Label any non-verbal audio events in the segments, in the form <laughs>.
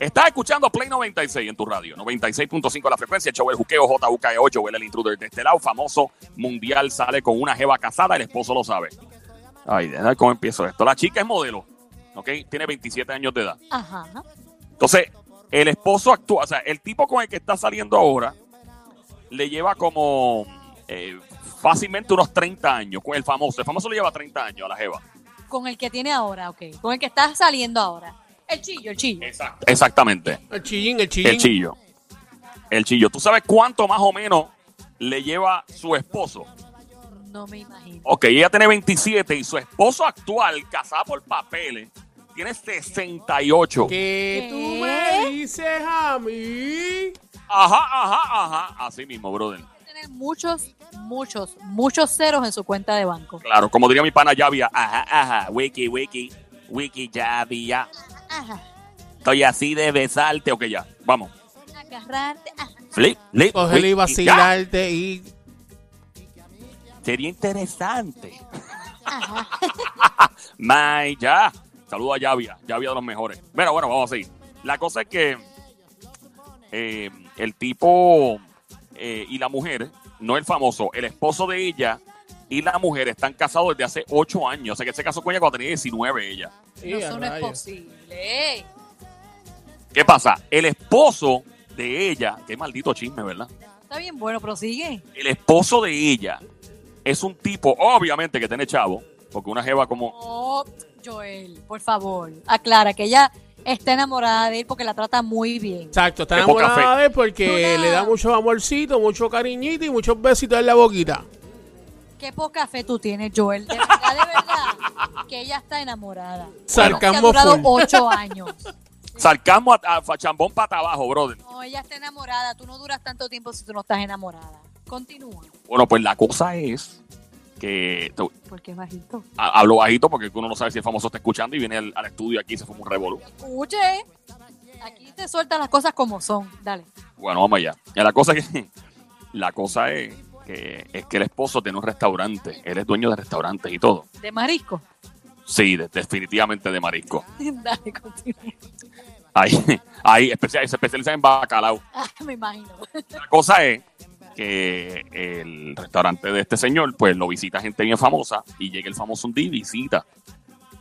Estás escuchando Play 96 en tu radio, 96.5 la frecuencia, el show El Juqueo, JUKE8, Joel E el Intruder. De este lado, famoso mundial, sale con una jeva casada, el esposo lo sabe. Ay, de cómo empiezo esto. La chica es modelo, ¿ok? Tiene 27 años de edad. Ajá. Entonces, el esposo actúa, o sea, el tipo con el que está saliendo ahora le lleva como eh, fácilmente unos 30 años, con el famoso. El famoso le lleva 30 años a la jeva. Con el que tiene ahora, ok. Con el que está saliendo ahora. El chillo, el chillo. Exacto. Exactamente. El chillín, el chillín. El chillo. El chillo. ¿Tú sabes cuánto más o menos le lleva su esposo? No me imagino. Ok, ella tiene 27 y su esposo actual, casado por papeles, tiene 68. ¿Qué tú ¿Qué? me dices a mí? Ajá, ajá, ajá. Así mismo, brother. Debe Tener muchos, muchos, muchos ceros en su cuenta de banco. Claro, como diría mi pana Yavia, ajá, ajá, wiki, wiki, wiki, Yavia. Ajá. Estoy así de besarte. Ok, ya, vamos. Agarrarte. Ajá. Flip, flip. Cógelo y wiki, vacilarte y... ya. Sería interesante. <laughs> May, ya. Saludo a Yavia, Yavia de los mejores. Bueno, bueno, vamos así. La cosa es que eh, el tipo eh, y la mujer, no el famoso, el esposo de ella y la mujer están casados desde hace 8 años. O sea que se casó con ella cuando tenía 19 ella. Y No, a eso no es rayos. posible. ¿Qué pasa? El esposo de ella, qué maldito chisme, ¿verdad? Está bien bueno, prosigue. El esposo de ella es un tipo, obviamente, que tiene chavo, porque una jeva como... Oh, Joel, por favor, aclara que ella está enamorada de él porque la trata muy bien. Exacto, está Qué poca enamorada fe. de él porque Luna. le da mucho amorcito, mucho cariñito y muchos besitos en la boquita. Qué poca fe tú tienes, Joel. De verdad, de verdad, que ella está enamorada. Que ha Sarcasmo durado full. ocho años. Sarcasmo a, a- a chambón pata abajo, brother. No, ella está enamorada. Tú no duras tanto tiempo si tú no estás enamorada. Continúa. Bueno, pues la cosa es que te- Porque es bajito. ha- hablo bajito porque uno no sabe si el famoso está escuchando y viene al, al estudio aquí y se fue un revolú. Escuche. ¿eh? Aquí te sueltan las cosas como son. Dale. Bueno, vamos allá. Ya la cosa que <laughs> la cosa es que es que el esposo tiene un restaurante, él es dueño de restaurantes y todo. De marisco. <laughs> Sí, de- definitivamente de marisco. Dale, continúa. Ahí, <laughs> ahí especia- se especializa en bacalao. Ah, me imagino. La cosa es que el restaurante de este señor, pues lo visita gente bien famosa y llega el famoso un día y visita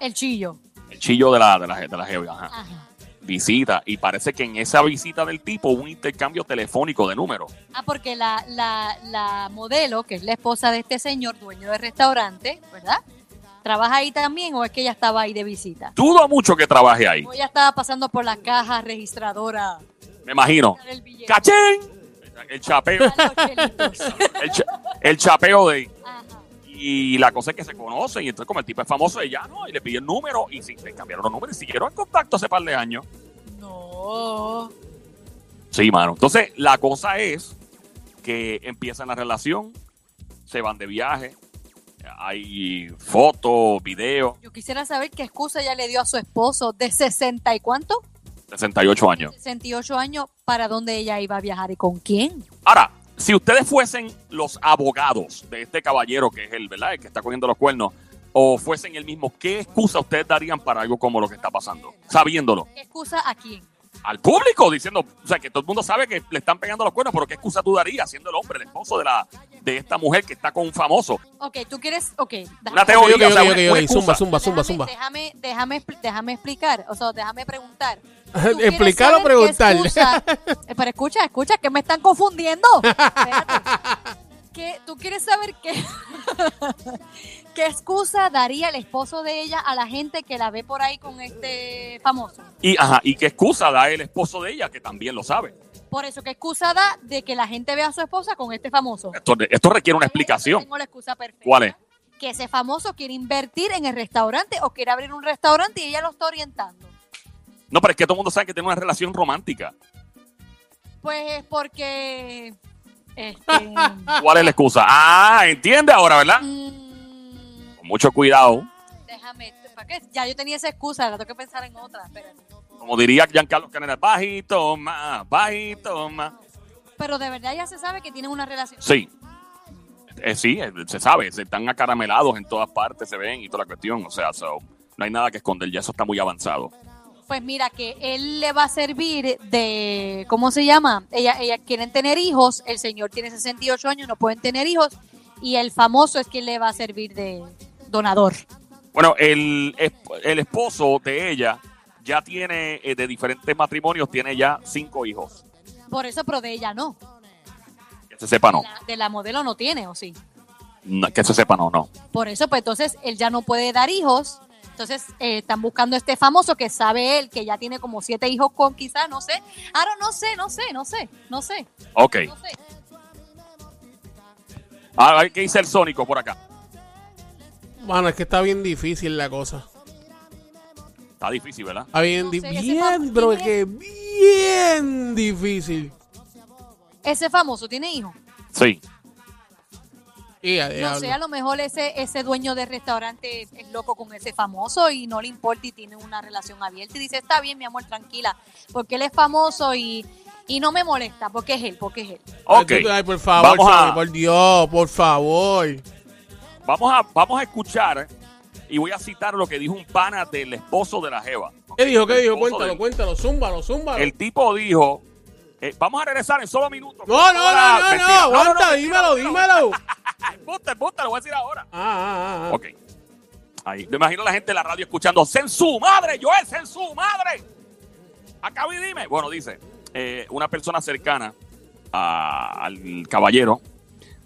El chillo. el chillo de la de la, de la jeva, ajá. Ajá. visita y parece que en esa visita del tipo hubo un intercambio telefónico de números. Ah, porque la, la, la modelo, que es la esposa de este señor, dueño del restaurante, ¿verdad? ¿Trabaja ahí también o es que ella estaba ahí de visita? Dudo mucho que trabaje ahí, O ella estaba pasando por la caja registradora me imagino. del billete. ¡Cachín! El chapeo, A los chelitos. el, cha- el chapeo de... Ajá. Y la cosa es que se conocen y entonces como el tipo es famoso, ella no, y le pidió el número y sí, le cambiaron los números y siguieron en contacto hace par de años. No. Sí, mano. Entonces, la cosa es que empiezan la relación, se van de viaje, hay fotos, videos, Yo quisiera saber qué excusa ella le dio a su esposo de 60 y cuánto? 68 años. 68 años para dónde ella iba a viajar y con quién. Ahora, si ustedes fuesen los abogados de este caballero que es el, ¿verdad? El que está cogiendo los cuernos, o fuesen el mismo, ¿qué excusa ustedes darían para algo como lo que está pasando? Sabiéndolo. ¿Qué excusa a quién? Al público diciendo, o sea, que todo el mundo sabe que le están pegando los cuernos, pero ¿qué excusa tú darías siendo el hombre, el esposo de la de esta mujer que está con un famoso? Ok, tú quieres. Ok, déjame- Una Ok, teoría, ok, o sea, ok, una- una ok, ok, Zumba, excusa. zumba, zumba, déjame, zumba. Déjame, déjame, expli- déjame explicar, o sea, déjame <laughs> preguntar. ¿Tú quieres ¿Explicar o saber qué preguntarle? <laughs> excusa- Eh, Pero escucha, escucha, que me están confundiendo. Espérate. ¿Qué- ¿Tú quieres saber qué, <laughs> qué excusa daría el esposo de ella a la gente que la ve por ahí con este famoso? Y, ajá, ¿y qué excusa da el esposo de ella, que también lo sabe? Por eso, ¿qué excusa da de que la gente vea a su esposa con este famoso? Esto, esto requiere una explicación. Tengo la excusa perfecta. ¿Cuál es? Que ese famoso quiere invertir en el restaurante o quiere abrir un restaurante y ella lo está orientando. No, pero es que todo el mundo sabe que tiene una relación romántica. Pues es porque. Este, ¿Cuál es la excusa? Ah, entiende ahora, ¿verdad? mm, Con mucho cuidado. déjame. ¿Para qué? Ya yo tenía esa excusa, ahora tengo que pensar en otra. espérate. Como diría Giancarlo Canela, bajito más, bajito más. Pero de verdad ya se sabe que tienen una relación. Sí. Eh, sí, eh, se sabe, se están acaramelados en todas partes, se ven y toda la cuestión. O sea, so, no hay nada que esconder, ya eso está muy avanzado. Pues mira, que él le va a servir de, ¿cómo se llama? Ella, ella quieren tener hijos, el señor tiene 68 años, no pueden tener hijos, y el famoso es quien le va a servir de donador. Bueno, el, esp- el esposo de ella ya tiene, eh, de diferentes matrimonios, tiene ya cinco hijos. Por eso, pero de ella no. Que se sepa, no. La- de la modelo no tiene, ¿o sí? No, Que se sepa, no, no. Por eso, pues entonces él ya no puede dar hijos. Entonces eh, están buscando a este famoso que sabe él, que ya tiene como siete hijos con quizás, no sé. Ahora no sé, no sé, no sé, no sé, Ok. no sé. A ver qué dice el Sónico por acá. Mano, es que está bien difícil la cosa. Está difícil, ¿verdad? Está bien, No di- sé, ese bien, papá- pero ¿quién es que bien difícil. Ese famoso tiene hijos. Sí. Y a No diablo. sé, a lo mejor ese, ese dueño de restaurante es loco con ese famoso y no le importa y tiene una relación abierta y dice, está bien, mi amor, tranquila, porque él es famoso y, y no me molesta, porque es él, porque es él. Ay, Ok. tú- ay, por favor, Vamos a- Sammy, por Dios, por favor. Vamos a, vamos a escuchar y voy a citar lo que dijo un pana del esposo de la Jeva. ¿Qué dijo? ¿Qué El dijo? esposo Cuéntalo, del- cuéntalo, zúmbalo, zúmbalo. El tipo dijo. eh, vamos a regresar en solo minutos. No, no, no, no, no, Mentira. aguanta, dímelo, mentira, dímelo. mentira. Embuste, embuste, lo voy a decir ahora. Ah, ah, ah, ah. Ok. Ahí. Me imagino la gente de la radio escuchando. ¡Sen su madre! ¡Yo es en su madre! Acabo y dime. Bueno, dice eh, una persona cercana a- al caballero.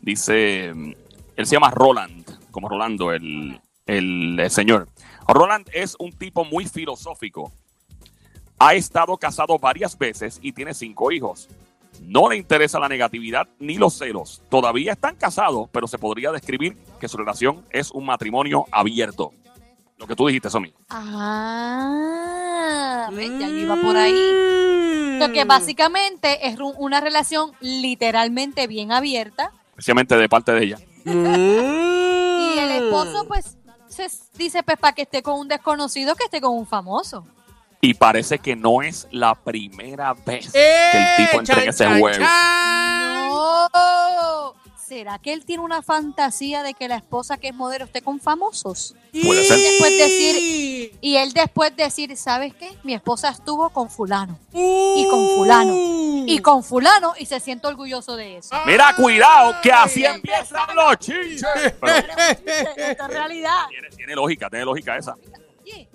Dice. mm, Él se llama Roland. Como Rolando, el, el, eh, señor. Roland es un tipo muy filosófico. Ha estado casado varias veces y tiene cinco hijos. No le interesa la negatividad ni los celos. Todavía están casados, pero se podría describir que su relación es un matrimonio abierto. Lo que tú dijiste, Somi. Ah, ves, ya yo iba por ahí. Mm. Lo que básicamente es ru- una relación literalmente bien abierta Especialmente de parte de ella. Mm. y y el esposo pues se s- dice, pues para que esté con un desconocido, que esté con un famoso. Y parece que no es la primera vez que Eh, el tipo entra en ese juego. No. ¿Será que él tiene una fantasía de que la esposa que es modelo esté con famosos? Puede ser. Después decir- Y él después decir, ¿sabes qué? Mi esposa estuvo con fulano y con Uh. fulano Mm. y con fulano y se siente orgulloso de eso. Mira, cuidado, que Ah. así empiezan los chinches. Pero Esto es realidad. tiene, tiene lógica, tiene lógica esa. Oye,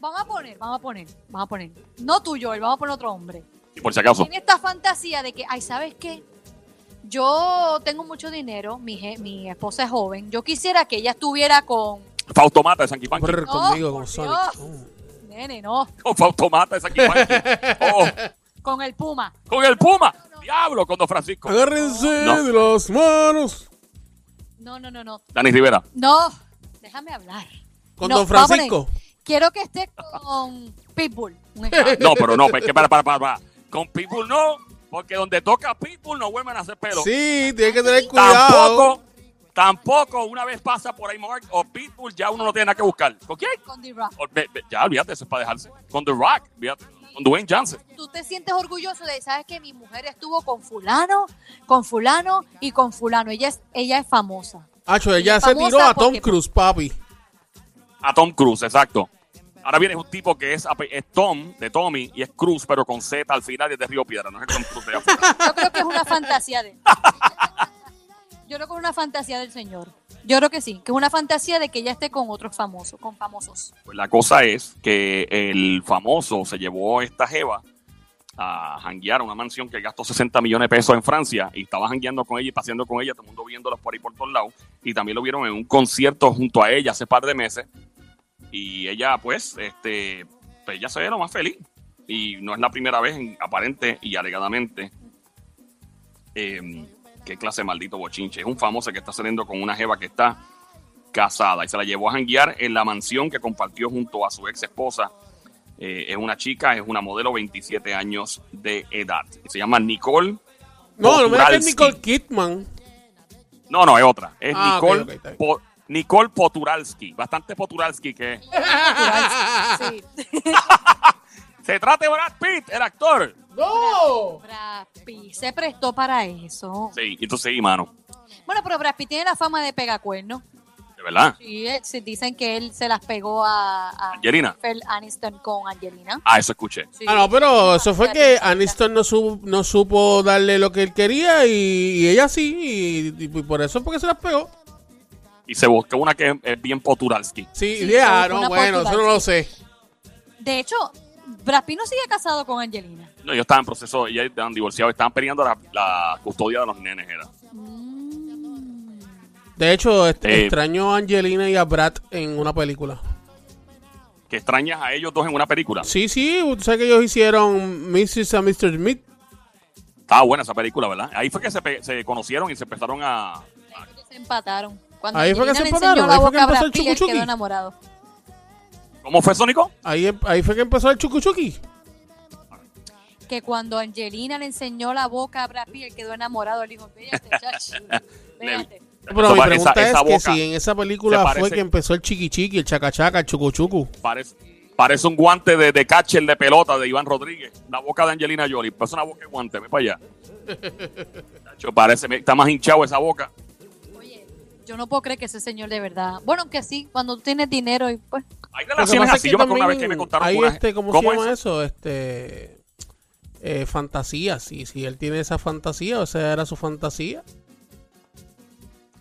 Vamos a poner, vamos a poner, vamos a poner. No tuyo, él, vamos a poner otro hombre. Y por si acaso. Tiene esta fantasía de que, ay, ¿sabes qué? Yo tengo mucho dinero, mi, je- mi esposa es joven. Yo quisiera que ella estuviera con. Fautomata de Sanky Panky. Brr, No, conmigo, por con Sonic. Dios. Oh. Nene, no, Con <laughs> Fautomata de Sanky Panky. Oh, con el Puma. con el Puma. Diablo, con Don Francisco. Agárrense No. de las manos. No, no, no, no. Dani Rivera. No, déjame hablar. Con No, Don vamos a poner, Francisco. Quiero que esté con Pitbull. un <laughs> ejemplo. <laughs> No, pero no, es que para, para, para, para. Con Pitbull no, porque donde toca Pitbull no vuelven a hacer pelo. Sí, tiene que tener cuidado. tampoco, tampoco una vez pasa por ahí Mark o Pitbull, ya uno no tiene nada que buscar. ¿Con quién? Con The Rock. O- ve- ve- ya, olvídate, eso es para dejarse. Con The Rock, olvídate. Con Dwayne Johnson. Tú te sientes orgulloso de, sabes que mi mujer estuvo con fulano, con fulano y con fulano. Ella es, ella es famosa. Acho, ella se famosa tiró a Tom porque- Cruise, papi. A Tom Cruise, exacto. Ahora viene un tipo que es, ape- es Tom, de Tommy, y es Cruz, pero con Z al final y es de Río Piedra. No es el Tom Cruise de afuera. Yo creo que es una fantasía de. <laughs> Yo creo que es una fantasía del señor. Yo creo que sí, que es una fantasía de que ella esté con otros famosos, con famosos. <laughs> Pues la cosa es que el famoso se llevó esta jeva a janguear a una mansión que gastó 60 millones de pesos en Francia y estaba jangueando con ella y paseando con ella, todo el mundo viéndola por ahí por todos lados. Y también lo vieron en un concierto junto a ella hace par de meses. Y ella, pues, este, pues ella se ve lo más feliz. Y no es la primera vez, en- aparente y alegadamente. Eh, qué clase de maldito bochinche. Es un famoso que está saliendo con una jeva que está casada y se la llevó a janguear en la mansión que compartió junto a su ex esposa. Eh, es una chica, es una modelo 27 años de edad. Se llama Nicole. No, no me digas que es Poturalski. Nicole Kidman. No, no, es otra. Es Ah, ok, Nicole, ok, está bien. Po- Nicole Poturalski. Bastante Poturalski que es. Natural, sí. Se trata de Brad Pitt, el actor. ¡No! Brad Pitt se prestó para eso. Sí, entonces sí, mano. Bueno, pero Brad Pitt tiene la fama de pegacuernos. De verdad. Sí, eh, se- dicen que él se las pegó a, a Angelina. Jennifer Aniston con Angelina. Ah, eso escuché. Sí. Ah, no, pero eso fue que Angelina. Aniston no, su- no supo darle lo que él quería y, y ella sí, y, y por eso es porque se las pegó. Y se buscó una que es, es bien Poturalski. Sí, Sí, ya, se buscó no, una bueno, eso no oportunidad. lo sé. De hecho, Brad Pitt no sigue casado con Angelina. No, ellos estaban en proceso, ya estaban divorciados, estaban peleando la, la custodia de los nenes, era. Mm. De hecho, este, Eh. extraño a Angelina y a Brad en una película. Que extrañas a ellos dos en una película. Sí, sí, usted sabe que ellos hicieron Mrs. and Mr. Smith. Estaba buena esa película, ¿verdad? Ahí fue que se, pe- se conocieron y se empezaron a... Ahí fue que se empataron. Cuando Ahí fue que Angelina se le empataron, enseñó ahí la fue que boca a empezó Brad el Pitt, él chucuchuqui. quedó enamorado. ¿Cómo fue, Sónico? Ahí, em, ahí fue que empezó el chucuchuqui. Que cuando Angelina le enseñó la boca a Brad Pitt, él quedó enamorado. Él dijo, véate, chachi, véate. Pero Eso mi pa- pregunta esa- es esa que boca si en esa se película parece- fue que empezó el chiquichiqui, el chacachaca, el chucuchucu. Parece, parece un guante de, de catcher de pelota de Iván Rodríguez. La boca de Angelina Jolie. Parece una boca de guante. Ve para allá. Chacho, parece, me- está más hinchado esa boca. Oye, yo no puedo creer que ese señor de verdad. Bueno, aunque sí, cuando tú tienes dinero y pues. Hay Lo que relaciones pasa es así. que Yo me acuerdo una vez también que me contaron hay una- este, ¿cómo, se llama es? eso? Este, eh, fantasía, sí, sí, él tiene esa fantasía, o sea, era su fantasía.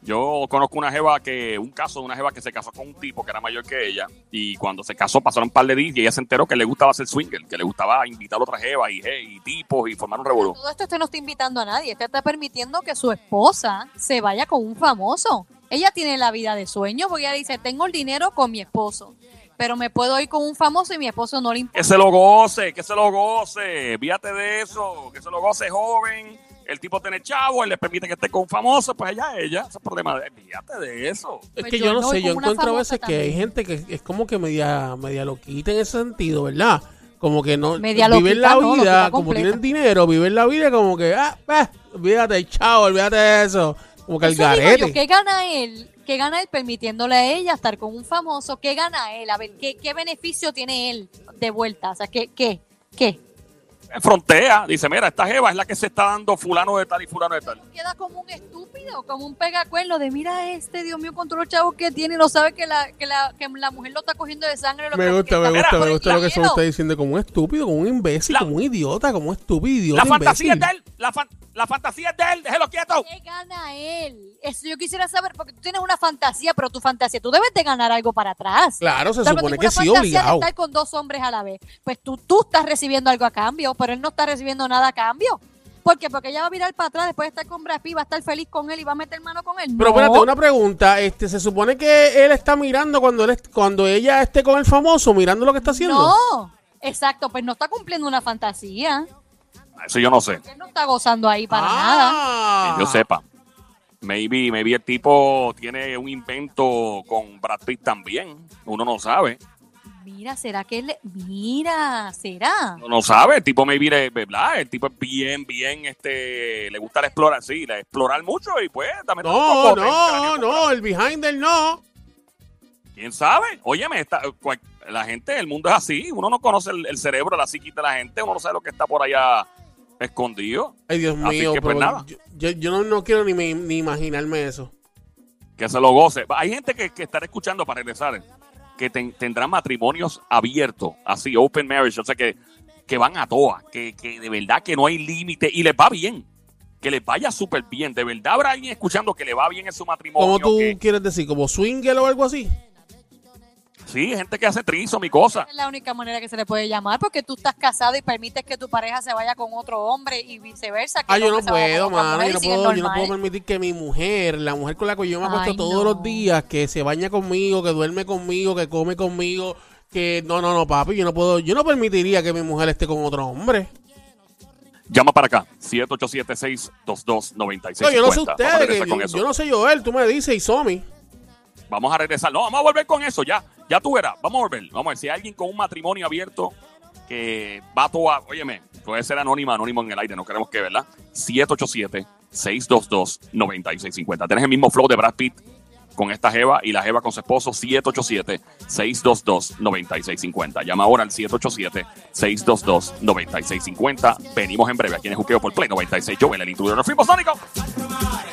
Yo conozco una jeva que, un caso de una jeva que se casó con un tipo que era mayor que ella y cuando se casó pasaron un par de días y ella se enteró que le gustaba hacer swinger, que le gustaba invitar a otra jeva y, y tipos y formar un revolú. Todo esto usted no está invitando a nadie, usted está permitiendo que su esposa se vaya con un famoso. Ella tiene la vida de sueño porque ella dice, tengo el dinero con mi esposo, pero me puedo ir con un famoso y mi esposo no le importa. Que se lo goce, que se lo goce, fíjate de eso, que se lo goce joven, el tipo tiene chavo, él le permite que esté con un famoso, pues ella, ella, ese es el problema de fíjate de eso. Es Pues que yo yo no no, sé, y yo con una encuentro a famosa veces que hay también. gente que es como que media, media loquita en ese sentido, ¿verdad? Como que no Media viven loquita, la no, vida, loquita como completa. tienen dinero, viven la vida como que, ah, ah, olvídate, chao, olvídate de eso. Como que el Eso digo yo, garete. ¿Qué gana él? ¿Qué gana él permitiéndole a ella estar con un famoso? ¿Qué gana él? A ver, ¿qué, qué beneficio tiene él de vuelta? O sea, ¿qué? ¿Qué? ¿Qué? Él Frontea, dice, mira, esta jeva es la que se está dando fulano de tal y fulano de tal. Queda como un estúpido, como un pegacuelo de mira este, Dios mío, con todos los chavos que tiene, no sabe que la, que la, que la mujer lo está cogiendo de sangre. Lo Me que- gusta, que está- me gusta, por me el gusta lo que se me dinero. está diciendo, como un estúpido, como un imbécil, La- como un idiota, como un estúpido, idiota, La fantasía es imbécil. de él, la, fan- la fantasía es de él, déjelo quieto. ¿Qué gana él? Eso yo quisiera saber, porque tú tienes una fantasía, pero tu fantasía, tú debes de ganar algo para atrás. Claro, se O sea, supone cuando que tengo sí, una fantasía de obligado. estar con dos hombres a la vez. Pues tú, tú estás recibiendo algo a cambio, pero él no está recibiendo nada a cambio. ¿Por qué? Porque ella va a mirar para atrás después de estar con Brad Pitt, va a estar feliz con él y va a meter mano con él. Pero No. espérate, una pregunta, este, se supone que él está mirando cuando él est- cuando ella esté con el famoso, mirando lo que está haciendo. No, exacto, pues no está cumpliendo una fantasía. Eso yo no sé. Él no está gozando ahí para nada. Ah. que yo sepa. Maybe, maybe el tipo tiene un invento con Brad Pitt también. Uno no sabe. Mira, será que él. Mira, será. Uno no sabe. El tipo maybe, le- ¿verdad? El tipo es bien, bien, este, le gusta la explorar, sí, la explorar mucho y pues también. No, no, no, el behind él no. ¿Quién sabe? Óyeme, esta- cual- la gente, el mundo es así. Uno no conoce el, el cerebro, la psiquis de la gente. Uno no sabe lo que está por allá escondido. Ay, Dios Así mío, que, pues, pero nada. yo, yo- yo no, no quiero ni, me- ni imaginarme eso. Que se lo goce. Hay gente que, que estará escuchando para regresar, que ten- tendrán matrimonios abiertos, así, open marriage, o sea, que, que van a todas, que, que de verdad que no hay límite y les va bien, que les vaya súper bien. De verdad habrá alguien escuchando que le va bien en su matrimonio. ¿Cómo tú que- quieres decir? ¿Como swinger o algo así? sí, gente que hace trizo, mi cosa. Esa Es la única manera que se le puede llamar porque tú estás casado y permites que tu pareja se vaya con otro hombre y viceversa. que Ah, el yo no hombre se vaya puedo, con otra mano. mujer Yo y no sigue puedo, yo no normal. puedo permitir que mi mujer, la mujer con la que yo me acuesto Ay, todos no. los días, que se baña conmigo, que duerme conmigo, que come conmigo, que no, no, no, papi, yo no puedo, yo no permitiría que mi mujer esté con otro hombre. Llama para acá, 787-622-9650. No, yo no sé Vamos a ustedes, que regresar con yo, eso. yo no sé Joel, tú me dices y Somi. Vamos a regresar. No, vamos a volver con eso ya. Ya tú verás. Vamos a volver. Vamos a ver si hay alguien con un matrimonio abierto que va a toda. Óyeme, puede ser anónima, anónimo en el aire. No queremos que, ¿verdad? 787-622-9650. Tienes el mismo flow de Brad Pitt con esta Jeva y la Jeva con su esposo 787-622-9650. Llama ahora al 787-622-9650. Venimos en breve aquí en el Juqueo por Play 96. Yo, el intrudero, nos fuimos, Sónico. probar.